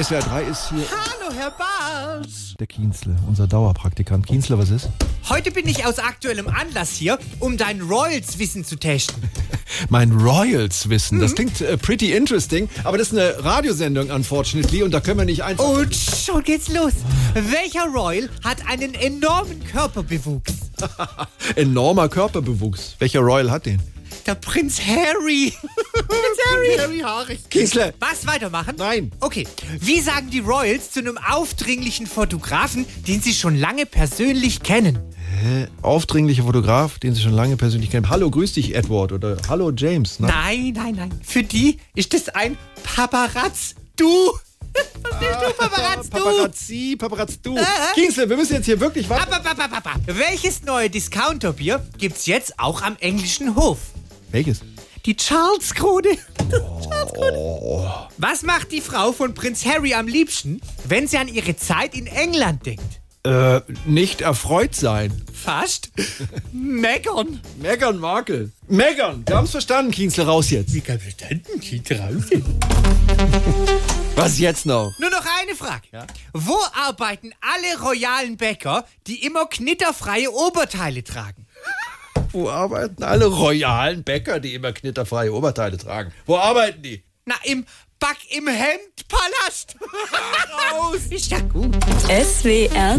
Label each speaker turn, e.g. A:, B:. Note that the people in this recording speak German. A: SWR 3 ist hier
B: Hallo, Herr Barsch.
A: der Kienzle, unser Dauerpraktikant. Kienzle, was ist?
B: Heute bin ich aus aktuellem Anlass hier, um dein Royals-Wissen zu testen.
A: Mein Royals-Wissen. Das klingt äh, pretty interesting, aber das ist eine Radiosendung, unfortunately, und da können wir nicht einfach.
B: Und schon geht's los. Welcher Royal hat einen enormen Körperbewuchs?
A: Enormer Körperbewuchs. Welcher Royal hat den?
B: Der Prinz Harry. Prinz Harry.
A: Haarig. Kienzle!
B: Was weitermachen?
A: Nein.
B: Okay. Wie sagen die Royals zu einem aufdringlichen Fotografen, den sie schon lange persönlich kennen?
A: Aufdringlicher Fotograf, den Sie schon lange persönlich kennen. Hallo, grüß dich, Edward. Oder Hallo, James. ne? Na?
B: Nein, nein, nein. Für die ist das ein Paparazz. Du. Was bist du, Paparazz? Du.
A: Paparazzi, Äh, Paparazzi, du. Kienzle, wir müssen jetzt hier wirklich warten.
B: Ab, ab, ab, ab, ab, ab. Welches neue Discounterbier gibt's jetzt auch am englischen Hof?
A: Welches?
B: Die Charles Krone. Charles Krone. Was macht die Frau von Prinz Harry am liebsten, wenn sie an ihre Zeit in England denkt?
A: Äh, nicht erfreut sein.
B: Fast. Meckern.
A: Megan Markle. Megan, wir haben's verstanden, Kienzle, raus jetzt.
B: Wie kann verstanden, die draußen?
A: Was jetzt noch?
B: Nur noch eine Frage. Wo arbeiten alle royalen Bäcker, die immer knitterfreie Oberteile tragen?
A: Wo arbeiten alle royalen Bäcker, die immer knitterfreie Oberteile tragen? Wo arbeiten die?
B: Na, im Back im Hemd Palast. Raus. Ist ja gut.
C: SWR 3.